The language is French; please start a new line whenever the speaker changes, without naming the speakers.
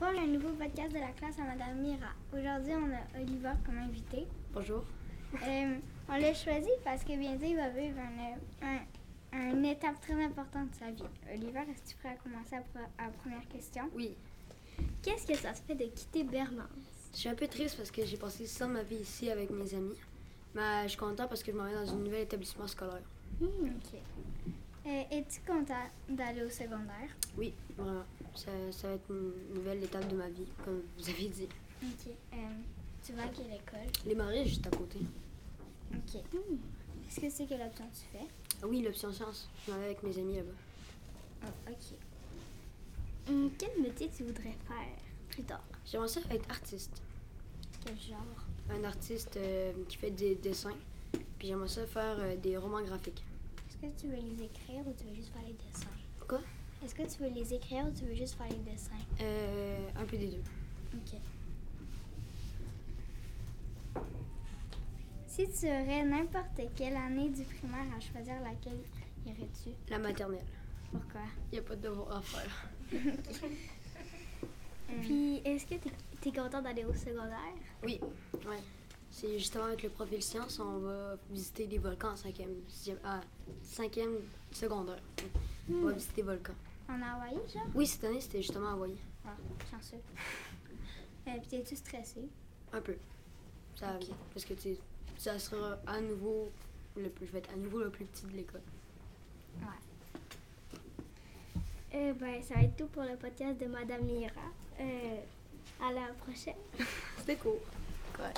Welcome, le nouveau podcast de la classe à Madame Mira. Aujourd'hui, on a Oliva comme invité.
Bonjour.
Euh, on l'a choisi parce que bientôt, il va vivre un, euh, un- une étape très importante de sa vie. Oliva, es-tu prêt à commencer à la première question?
Oui,
Qu'est-ce que ça se fait de quitter Berlin?
je suis un peu triste parce que j'ai passé ça ma vie ici avec mes amis. Mais je suis content parce que je m'en vais dans un nouvel établissement scolaire.
Hmm, ok. Euh, Es-tu content d'aller au secondaire?
Oui, vraiment. Ça, ça va être une nouvelle étape de ma vie, comme vous avez dit.
Ok. Euh, tu vas à quelle école? Hmm.
Les marais, juste à côté.
Ok. Est-ce que c'est quelle option tu fais?
Ah oui, l'option science. Je m'en vais avec mes amis là-bas.
Ah, ok. Hum, quel métier tu voudrais faire plus tard?
J'aimerais ça être artiste.
Quel genre?
Un artiste euh, qui fait des dessins. Puis j'aimerais ça faire euh, des romans graphiques.
Est-ce que tu veux les écrire ou tu veux juste faire les dessins?
Quoi?
Est-ce que tu veux les écrire ou tu veux juste faire les dessins?
Euh, un peu des deux.
Ok. Si tu aurais n'importe quelle année du primaire à choisir, laquelle irais-tu?
La maternelle.
Pourquoi?
Il n'y a pas de devoir à faire.
Puis, est-ce que tu es, content d'aller au secondaire?
Oui, ouais. C'est justement avec le profil science, on va visiter les volcans en 5e, 6e, ah, 5e secondaire. On va visiter les volcans.
En Hawaï, genre?
Oui, cette année, c'était justement à Hawaï.
Ah, chanceux. Euh, puis, es-tu stressé?
Un peu. Ça va bien. Parce que tu sais, ça sera à nouveau le plus. Je vais être à nouveau le plus petit de l'école.
Ouais. Euh, ben, ça va être tout pour le podcast de Madame Mira. Euh, à la prochaine.
C'était court. Ouais.